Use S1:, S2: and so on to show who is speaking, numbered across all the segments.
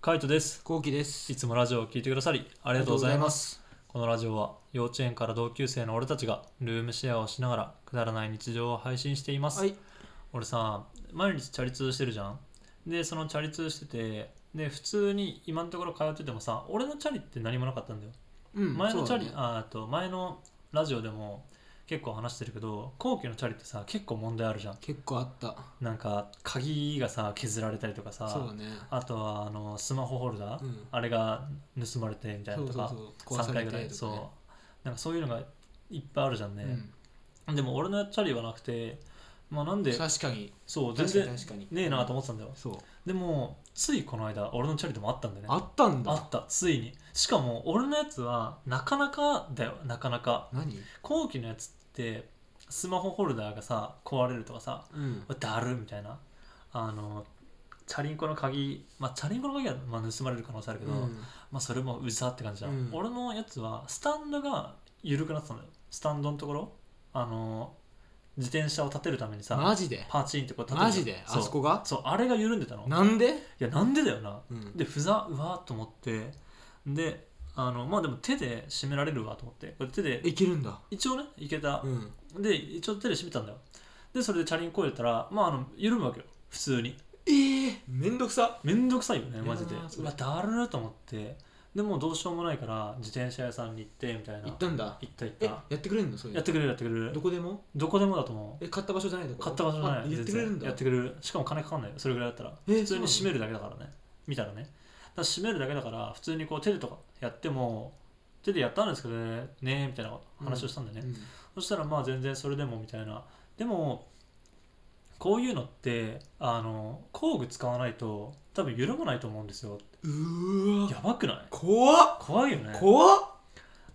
S1: カイトです
S2: こうきです
S1: いつもラジオを聞いてくださりありがとうございます
S2: す
S1: このラジオは幼稚園から同級生の俺たちがルームシェアをしながらくだらない日常を配信しています、
S2: はい
S1: 俺さ毎日チャリ通してるじゃんでそのチャリ通しててで普通に今のところ通っててもさ俺のチャリって何もなかったんだよ
S2: うん
S1: 前のチャリ、
S2: そうだね
S1: ああと前のラジオでも結構話してるけど後期のチャリってさ結構問題あるじゃん
S2: 結構あった
S1: なんか鍵がさ削られたりとかさ
S2: そうだね
S1: あとはあのスマホホルダー、
S2: うん
S1: あれが盗まれてみたいな
S2: そ
S1: のと
S2: うそう
S1: か
S2: そう壊
S1: 3
S2: さ
S1: 回
S2: れ
S1: ぐ
S2: た
S1: らい
S2: りとか
S1: そうなんかそういうのがいっぱいあるじゃん
S2: ね
S1: ね、でも俺のチャリはなくてまあなん
S2: う
S1: で
S2: ん確かに
S1: そう全
S2: 確か
S1: 然
S2: に確かに
S1: ねえなと思
S2: 思
S1: ってたんだよ
S2: そう
S1: でもついこの間俺のチャリでもあったんだよね
S2: あったん
S1: あ
S2: だ
S1: ったついにしかも俺のやつはなかなかだよなかなか
S2: 何
S1: 後期のやつってスマホホルダーがさ壊れるとかさ
S2: うん
S1: だるみたいなあのチャリンコの鍵まあチャリンコの鍵はまあ盗まれる可能性あるけど、まあそれもうざって感じじゃん、
S2: うん
S1: 俺のやつはスタンドが緩くなってたんだよスタンドのところあの自転車を立てるためにさ
S2: マジで
S1: パチンってこう立てる
S2: マジで
S1: そう
S2: あそこが
S1: そうあれが緩んでたの
S2: なんで
S1: いやなんでだよな
S2: うん
S1: でふざうわーと思ってであのまあでも手で締められるわと思ってこれ手で
S2: いけるんだ
S1: 一応ねいけた
S2: う、ん
S1: で一応手で締めたんだよでそれでチャリンコ入れたらまああの緩むわけよ普通に
S2: ええめんどくさ
S1: めんどくさいよね
S2: やだな
S1: マジで
S2: そうれ
S1: わだるーと思ってでもうどうしようもないから自転車屋さんに行ってみたいな
S2: 行ったんだ
S1: 行った行った
S2: えやってくれるのそういう
S1: やってくれるやってくれ
S2: のど
S1: る
S2: こでも
S1: どこでもだと思う
S2: え買った場所じゃないとこ
S1: 買った場所じゃない
S2: あやってくれ
S1: 全
S2: るん
S1: 然
S2: だ
S1: やってくれるしかも金かかんないよそれぐらいだったら
S2: え
S1: 普通に
S2: そ
S1: 閉
S2: うな
S1: めるだけだからね見たらねだから閉めるだけだから普通にこう手でとかやっても手でやったんですけどねねーみたいな話をしたんだよね、
S2: のうん
S1: そしたらまあ全然それでもみたいなでもこういうのってあの工具使わないと多分緩まないと思うんですよ
S2: うーわ
S1: やばくない
S2: 怖っ
S1: 怖いよね
S2: 怖っ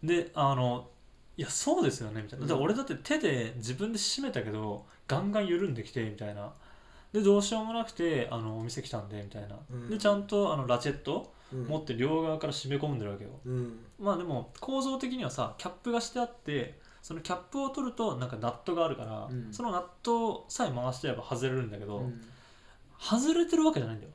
S1: であのいやそうですよねみたいな、
S2: うん
S1: だから俺だって手で自分で締めたけどガンガン緩んできてみたいなでどうしようもなくてあのお店来たんでみたいな、
S2: うん
S1: でちゃんとあのラチェット
S2: うん
S1: 持って両側から締め込んでるわけよ、
S2: うん
S1: まあでも構造的にはさキャップがしてあってそのキャップを取るとなんかナットがあるから、
S2: うん
S1: そのナットさえ回してやれば外れるんだけど、
S2: うん
S1: 外れてるわけじゃないんだよ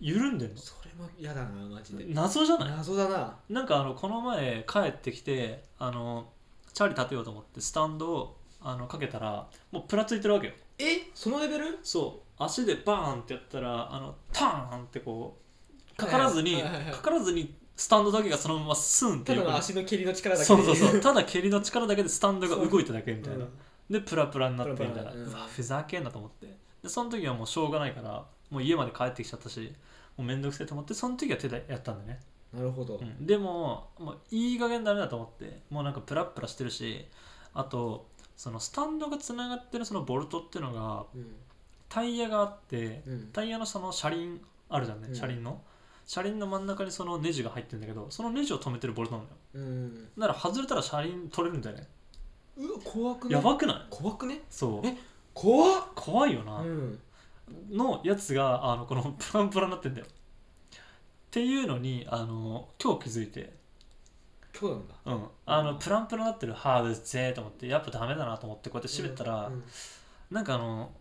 S1: 緩んでんの
S2: それも嫌だなマジで
S1: 謎じゃない
S2: 謎だな
S1: なんかあのこの前帰ってきてあのチャリ立てようと思ってスタンドをあのかけたらもうプラついてるわけよ
S2: えそのレベル
S1: そう足でバーンってやったらあのターンってこうかからず
S2: は
S1: に
S2: いはいはいはい
S1: かからずにスタンドだけがそのままスンったて
S2: だ
S1: 横
S2: の
S1: に
S2: 足の蹴りの力だけ
S1: そうそう
S2: う
S1: そうただ蹴りの力だけでスタンドが動いただけみたいな、でプラプラになってみたいな
S2: プラプラうん
S1: うわふざけんなと思ってでその時はもうしょうがないからもう家まで帰ってきちゃったしもうめんどくせえと思ってその時は手でやったんだよね、
S2: なるほど
S1: うんでももういい加減ダメだと思ってもうなんかプラプラしてるしあとそのスタンドがつながってるそのボルトっていうのが
S2: うん
S1: タイヤがあって
S2: うん
S1: タイヤのその車輪あるじゃんね、
S2: うん
S1: 車輪の車輪の真ん中にそのネジが入ってるんだけどそのネジを止めてるボルトなんだよ
S2: うん
S1: なら外れたら車輪取れるんだよね
S2: うわ怖くね
S1: やばくない
S2: 怖くね
S1: そう
S2: え怖っ
S1: 怖いよな、
S2: うん
S1: のやつがあのこのプランプラになってんだよっていうのにあの今日気づいて
S2: 今日なんだ
S1: うんあのプランプラになってるハードぜーと思ってやっぱダメだなと思ってこうやって閉めたら、
S2: うん
S1: なんかあの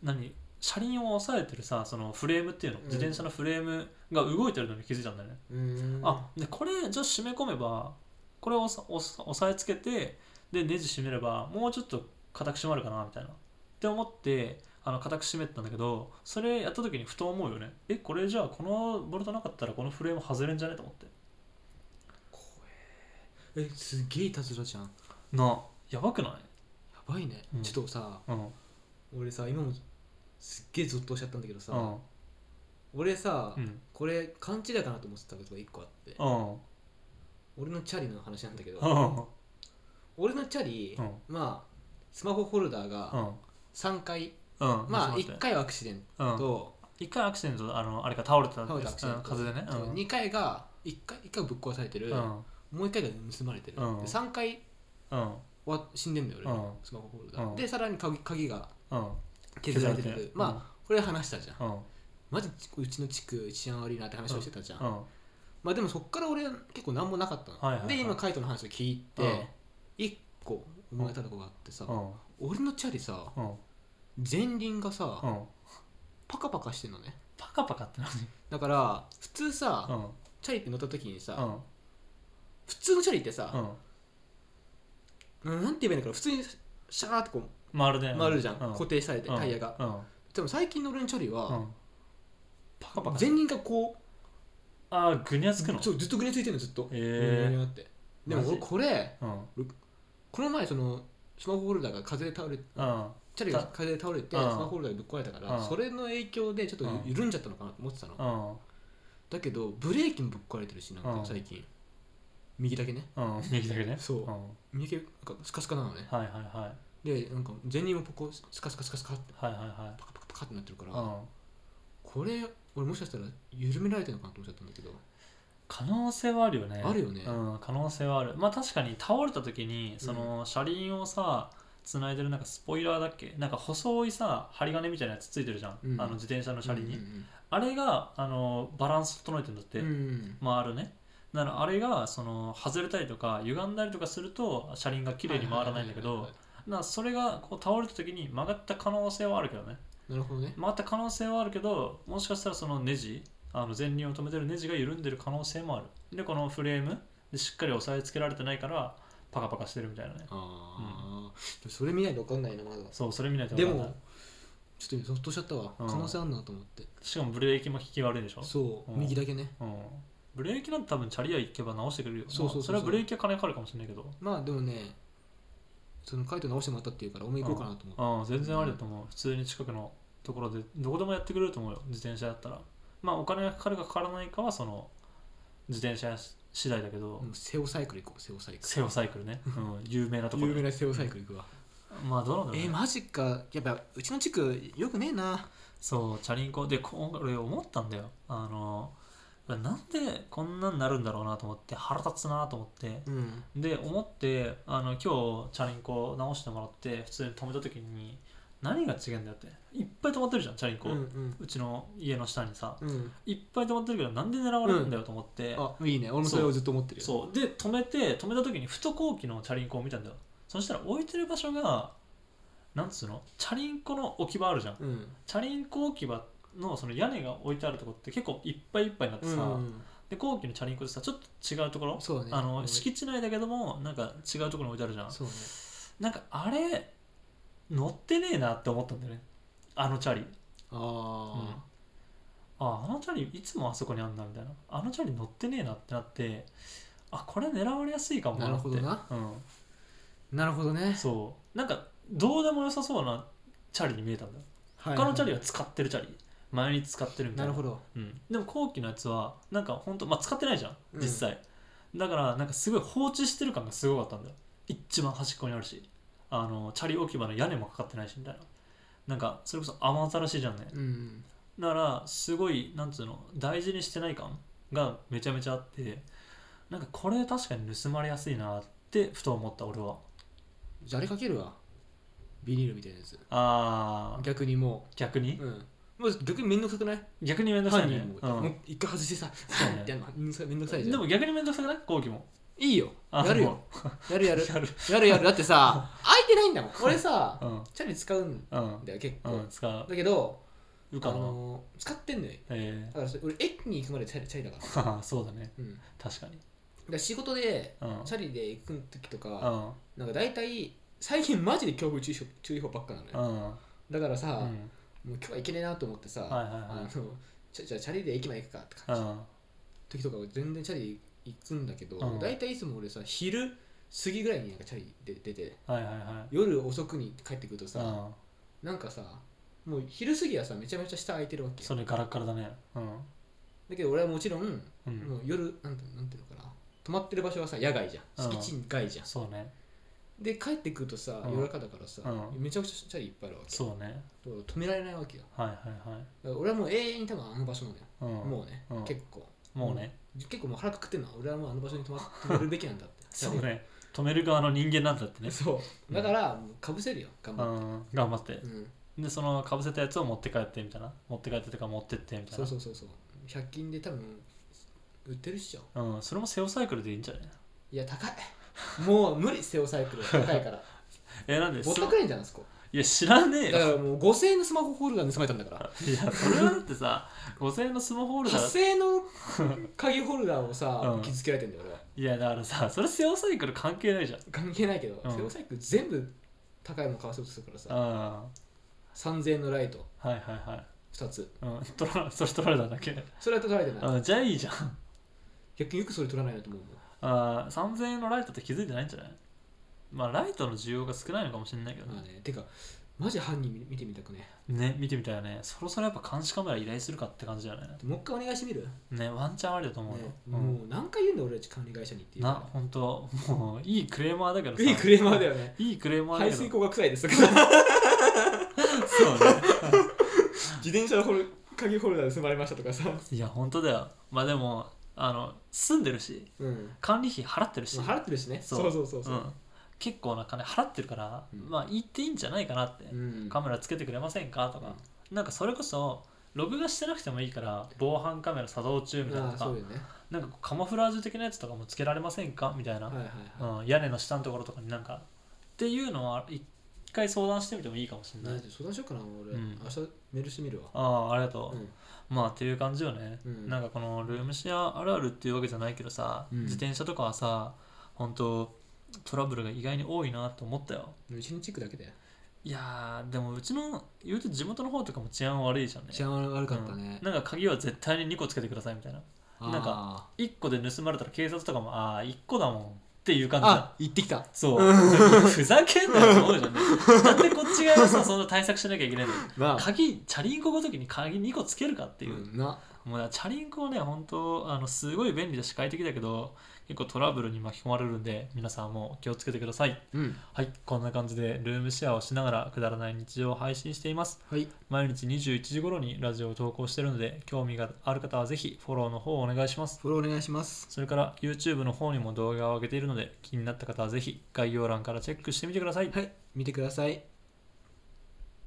S1: 何車輪を押さえてるさそのフレームっていうの
S2: うん
S1: 自転車のフレームが動いてるのに気づいたんだよね、
S2: うん
S1: あでこれじゃあ締め込めばこれを押さ押さ押さえつけてでネジ締めればもうちょっと固く締まるかなみたいなって思ってあの固く締めてたんだけどそれやった時にふと思うよねえこれじゃあこのボルトなかったらこのフレーム外れんじゃねと思って
S2: 怖ええすげえいたずらじゃんや
S1: なあやばくない
S2: ばいね
S1: うん
S2: ちょっとさ
S1: うんうん
S2: 俺さ今もすっげえゾッとしちゃったんだけど
S1: う
S2: さ
S1: ん
S2: 俺さ
S1: うん
S2: これ勘違いかなと思ってたことが一個あっ
S1: う
S2: て
S1: ん
S2: 俺のチャリの話なんだけ
S1: う
S2: ど
S1: ん
S2: 俺のチャリ
S1: うん
S2: まあスマホホルダーが3回
S1: うん
S2: まあ
S1: ちょっと待って
S2: 1回はアクシデン
S1: うん
S2: ト
S1: 一回アクシデントあのあれか倒れてたん
S2: 倒れ
S1: で
S2: たアクシデント
S1: 風でねうん
S2: 2回が1回一回はぶっ壊されてる
S1: う
S2: も
S1: ん
S2: う1回が盗まれてる
S1: うん
S2: 3回
S1: うん
S2: は死んでんだよ俺
S1: うん
S2: のスマホホルダ
S1: うん
S2: ーでさらに鍵鍵が
S1: うん
S2: 削られてるま
S1: あ
S2: あこれ話したじゃん
S1: うん
S2: マジうちの地区治安悪いなって話をしてたじゃ
S1: うんん
S2: まあでもそっから俺結構何もなかった
S1: はいはいは
S2: の
S1: い
S2: で今カイトの話を聞い
S1: うん
S2: て1個思い当たることがあってさ
S1: うん
S2: 俺のチャリさ
S1: うん
S2: 前輪がさ
S1: うん
S2: パカパカしてんのね
S1: パカパカってなる
S2: だから普通さ、
S1: うん
S2: チャリって乗った時にさ、
S1: うん
S2: 普通のチャリってさ、
S1: うん
S2: うんなんて言えばいいのかな普通にシャーってこう
S1: 回るね
S2: 回るじゃん、
S1: う
S2: 固定されて、タイヤが
S1: うん
S2: でも最近の俺のチャリ
S1: うんう
S2: は、
S1: んパカパカ
S2: 前輪がこ
S1: ああぐにゃつくの
S2: うそうずっとぐねついてるのずっと
S1: へえ
S2: ぐにゃぐにゃってでも
S1: マジ
S2: 俺これ
S1: うん
S2: この前そのスマホホルダーが風で倒れチ
S1: うん
S2: ャリが風で倒れてス
S1: うん
S2: マホホルダーがぶっ壊れたから、
S1: うん
S2: それの影響でちょっと
S1: うん
S2: 緩んじゃったのかなと思ってたの、
S1: うん
S2: だけどブレーキもぶっ壊れてるしなん
S1: う
S2: か
S1: ん
S2: 最近、右だけね
S1: うん右だけね
S2: そうん右だけなんかスカスカなのね
S1: はいはいはい
S2: でなんか前輪もポコスカスカスカスカって
S1: はいは
S2: パカパカパカってなってるか
S1: い
S2: ら、
S1: はいうん
S2: これ俺もしかしたら緩められてるのかなと思っちゃったんだけど、
S1: 可能性はあるよね
S2: あるよね
S1: うん、可能性はあるまあ確かに倒れた時にその車輪をさつないでるなんかスポイラーだっけなんか細いさ針金みたいなやつついてるじゃん、
S2: うん
S1: あの自転車の車輪に、
S2: うん
S1: あれがあのバランス整えてるんだって、
S2: うんうん
S1: 回るねならあれがその外れたりとか歪んだりとかすると車輪が綺麗に回らないんだけ
S2: はは
S1: ど
S2: は
S1: なそれがこう倒れた時に曲がった可能性はあるけどね
S2: いなるほどね
S1: 回った可能性はあるけどもしかしたらそのネジあの前輪を止めてるネジが緩んでる可能性もあるでこのフレームでしっかり押さえつけられてないからパカパカしてるみたいなね
S2: ああ、でもそれ見ないと分かんないなまだ
S1: そうそれ見ないと
S2: で
S1: 分かんない
S2: もちょっと今ゾッとしちゃったわ、
S1: うん
S2: 可能性あんなと思って
S1: しかもブレーキも引き悪いでしょ
S2: そう、
S1: うん
S2: 右だけね
S1: う、ん、ブレーキなんて多分チャリア行けば直してくれるよ
S2: そうそうそうそう
S1: まあれはブレーキは金かかるかもしれないけど
S2: まあでもねそのカイト直してもらったっていうからお前行こうかなと思って、
S1: うん全然ありだと思う普通に近くのところでどこでもやってくれると思うよ自転車だったらまあお金がかかるかかからないかはその自転車次第だけど、
S2: うんセオサイクル行こうセオサイク
S1: セオサイクルね、うん、有名なとこ
S2: ル
S1: ろ
S2: 有名なセオサイクル行くわ、
S1: まあどうなんだろう、
S2: え
S1: ね
S2: ー、マジかやっぱうちの地区よくねえな
S1: そうチャリンコでこ俺思ったんだよあのなんでこんなんなるんだろうなと思って腹立つなと思って
S2: うん
S1: で思ってあの今日チャリンコ直してもらって普通に止めた時に何が違うんだよっていっぱい止まってるじゃんチャリンコ、
S2: う
S1: うん
S2: うん
S1: ちの家の下にさ
S2: うん、
S1: いっぱい止まってるけどなんで狙われるんだよと思って、
S2: あいいね俺もそれをずっと思ってるよ
S1: そうで止めて止めた時に不渡航機のチャリンコを見たんだよそしたら置いてる場所がなんつうのチャリンコの置き場あるじゃん
S2: う、うん、
S1: チャリンコ置き場のその屋根が置いてあるとこって結構いっぱいいっぱいになってさ、
S2: うん、
S1: で後期のチャリンコでさちょっと違うところ、
S2: そうだね
S1: あ
S2: う
S1: の
S2: ん
S1: 敷地内だけどもなんか違うところに置いてあるじゃん
S2: そうね
S1: なんかあれ乗ってねえなって思ったんだよねあのチャリ
S2: あ
S1: ああのチャリいつもあそこにあんなみたいなあのチャリ乗ってねえなってなってあこれ狙われやすいかもって
S2: なるほどな、
S1: う
S2: あなるほどね
S1: ん、そうなんかどうでも良さそうなチャリに見えたんだよ
S2: はい
S1: 他のチャリは使ってるチャリ前に使ってるみた
S2: ない
S1: な
S2: るほど
S1: うん、でも後期のやつはなんか本当まあ使ってないじゃん
S2: うん
S1: 実際、だからなんかすごい放置してる感がすごかったんだよ一番端っこにあるしあのチャリ置き場の屋根もかかってないしみたいななんかそれこそ雨ざらしじゃんね
S2: うん
S1: だからすごいなんつうの大事にしてない感がめちゃめちゃあってなんかこれ確かに盗まれやすいなってふと思った俺は
S2: じゃああれかけるわビニールみたいなやつ
S1: あー
S2: 逆にも
S1: 逆に
S2: う、うん、もう逆に面倒くさくない
S1: 逆にめんどくさ
S2: 犯
S1: いね
S2: 人も、
S1: うん
S2: もう一回外してさ、
S1: そうね
S2: ってやるのめんどくさいめんどくさいじゃん
S1: でも逆にめんどくさくない後期も
S2: いいよ
S1: あ
S2: やるよ
S1: も
S2: やるや
S1: う
S2: る
S1: やる
S2: やるやるだってさ空いてないんだもん俺さ
S1: うん
S2: チャリ使うん
S1: うん
S2: だよ結構、
S1: うん使う
S2: だけど、
S1: う
S2: あ
S1: かな、
S2: のー使ってんのよ
S1: え
S2: だからそれ俺駅に行くまでチャリチャリだから,、
S1: ー、 そうだね
S2: うん、だか
S1: 確かに
S2: ら仕事で
S1: うん
S2: チャリで行く時と
S1: う
S2: か、
S1: ん
S2: なんか大体最近マジで強風注意報注意報ばっかなの
S1: う
S2: よ、
S1: ん
S2: だから
S1: う
S2: さ、
S1: ん
S2: もう今日は行けねえなと思ってさ、
S1: はいはい
S2: あ
S1: は
S2: のちょじゃあチャリで駅まで行くかって
S1: い
S2: 感じ、時とかは全然チャリ行くんだけど、
S1: うん
S2: 大体いつも俺さ昼過ぎぐらいになんかチャリで出て
S1: うんはいはいはい
S2: 夜遅くに帰ってくると
S1: う
S2: さ、
S1: ん
S2: なんかさもう昼過ぎはさめちゃめちゃ下空いてるわけよ
S1: それガラッガラだねうん
S2: だけど俺はもちろん、
S1: う
S2: も
S1: ん
S2: う夜なんてなんていうのかな泊まってる場所はさ野外じゃん
S1: うん
S2: 敷地外じゃん、
S1: そうね
S2: で帰ってくるとさ、
S1: うん
S2: 夜中だからさ、
S1: う
S2: めちゃくちゃチャリいっぱいあるわけ
S1: そうね
S2: だから止められないわけよ
S1: はいはいはい
S2: だから俺はもう永遠に多分あの場所なのよ、
S1: うん
S2: もうね、
S1: うん
S2: 結構
S1: もうね
S2: 結構もう腹くくってんの俺はもうあの場所に泊まって止めるべきなんだって
S1: そうね止める側の人間なんだってね
S2: そうだからもうかぶせるよ頑
S1: う
S2: 張って、
S1: ん頑張って
S2: うん
S1: でそのかぶせたやつを持って帰ってみたいな持って帰ってとか持ってってみたい
S2: そ
S1: な
S2: うそうそうそう100均で多分売ってるっしょ
S1: うんそれもセオサイクルでいいんじゃない
S2: いや高いもう無理セオサイクルは高いから
S1: えなんで
S2: ぼっ
S1: す
S2: たくれんじゃんあそこ
S1: いや知らねえ
S2: だか
S1: よ
S2: らもう5000円のスマホホルダー盗まれたんだから
S1: いやそれはだってさ5000円のスマホホルダー
S2: 8000円の鍵ホルダーをさ、
S1: うん
S2: 傷つけられてんだよ俺はい
S1: やだから さそれセオサイクル関係ないじゃん
S2: 関係ないけど、
S1: うん
S2: セオサイクル全部高いもの買わせようとするからさ、
S1: あ
S2: 3000円のライト
S1: あはいはいはい
S2: 2つ
S1: うん、取ら それ取られただけ
S2: それは取られてない、
S1: あじゃあいいじゃん
S2: 逆によくそれ取らないなと思うもん
S1: あー3000円のライトって気づいてないんじゃないまあライトの需要が少ないのかもしれないけど
S2: まあ
S1: ね,、
S2: ね、てかマジ犯人見見てみたくね
S1: ね見てみたらねそろそろやっぱ監視カメラ依頼するかって感じだよね
S2: もう一回お願いしてみる、ね
S1: ねワンチャンあると思うよ、うん
S2: もう何回言うんだ俺たち管理会社にっていう
S1: な本当もういいクレーマーだけどさ
S2: いいクレーマーだよね
S1: いいクレーマーだ
S2: 排
S1: けど
S2: 水口が臭いですとか
S1: そうね
S2: 自転車のホル鍵ホルダー盗まれましたとかさ、
S1: いや本当だよまあでもあの住んでるし
S2: うん、
S1: 管理費払ってるし、
S2: まあ払ってるしね
S1: そ
S2: そううそうそう
S1: う、
S2: そうん
S1: 結構な金払ってるから、
S2: うん
S1: まあ言っていいんじゃないかなって、
S2: うん
S1: カメラつけてくれませんかとか、なんかそれこそ録画してなくてもいいから防犯カメラ作動中みたいな
S2: あ
S1: の
S2: あ
S1: と
S2: そ
S1: か
S2: うよね
S1: なんかこうカモフラージュ的なやつとかもつけられませんかみたいな、
S2: はいはいは
S1: う
S2: い、
S1: ん、屋根の下のところとかになんかっていうのは一回相談してみてもいいかもしれ
S2: な
S1: ない、
S2: んで相談しようかな俺、
S1: うん
S2: 明日メールしてみるわ
S1: ああありがとう、
S2: うん
S1: まあっていう感じよね、
S2: うん
S1: なんかこのルームシェアあるあるっていうわけじゃないけどさ、
S2: うん
S1: 自転車とかはさ本当トラブルが意外に多いなと思ったよ
S2: うちの地区だけで
S1: いやーでもうちの言うと地元の方とかも治安悪いじゃんね
S2: 治安悪かったね
S1: うん、なんか鍵は絶対に2個つけてくださいみたいな
S2: あー
S1: なんか1個で盗まれたら警察とかもああ1個だもんっていう感じだ
S2: あ行ってきた
S1: そう ふざけんなよって思うじゃんねなんでこっち側がさそんな対策しなきゃいけないのに
S2: な
S1: 鍵チャリンコごときに鍵2個つけるかっていう、
S2: うんな
S1: もうねチャリンコはね、本当あのすごい便利だし快適だけど、結構トラブルに巻き込まれるんで、皆さんも気をつけてください。
S2: うん
S1: はい、こんな感じでルームシェアをしながらくだらない日常を配信しています。
S2: はい
S1: 毎日21時頃にラジオを投稿してるので、興味がある方はぜひフォローの方をお願いします。
S2: フォローお願いします
S1: それから YouTube の方にも動画を上げているので、気になった方はぜひ概要欄からチェックしてみてください。
S2: はい見てください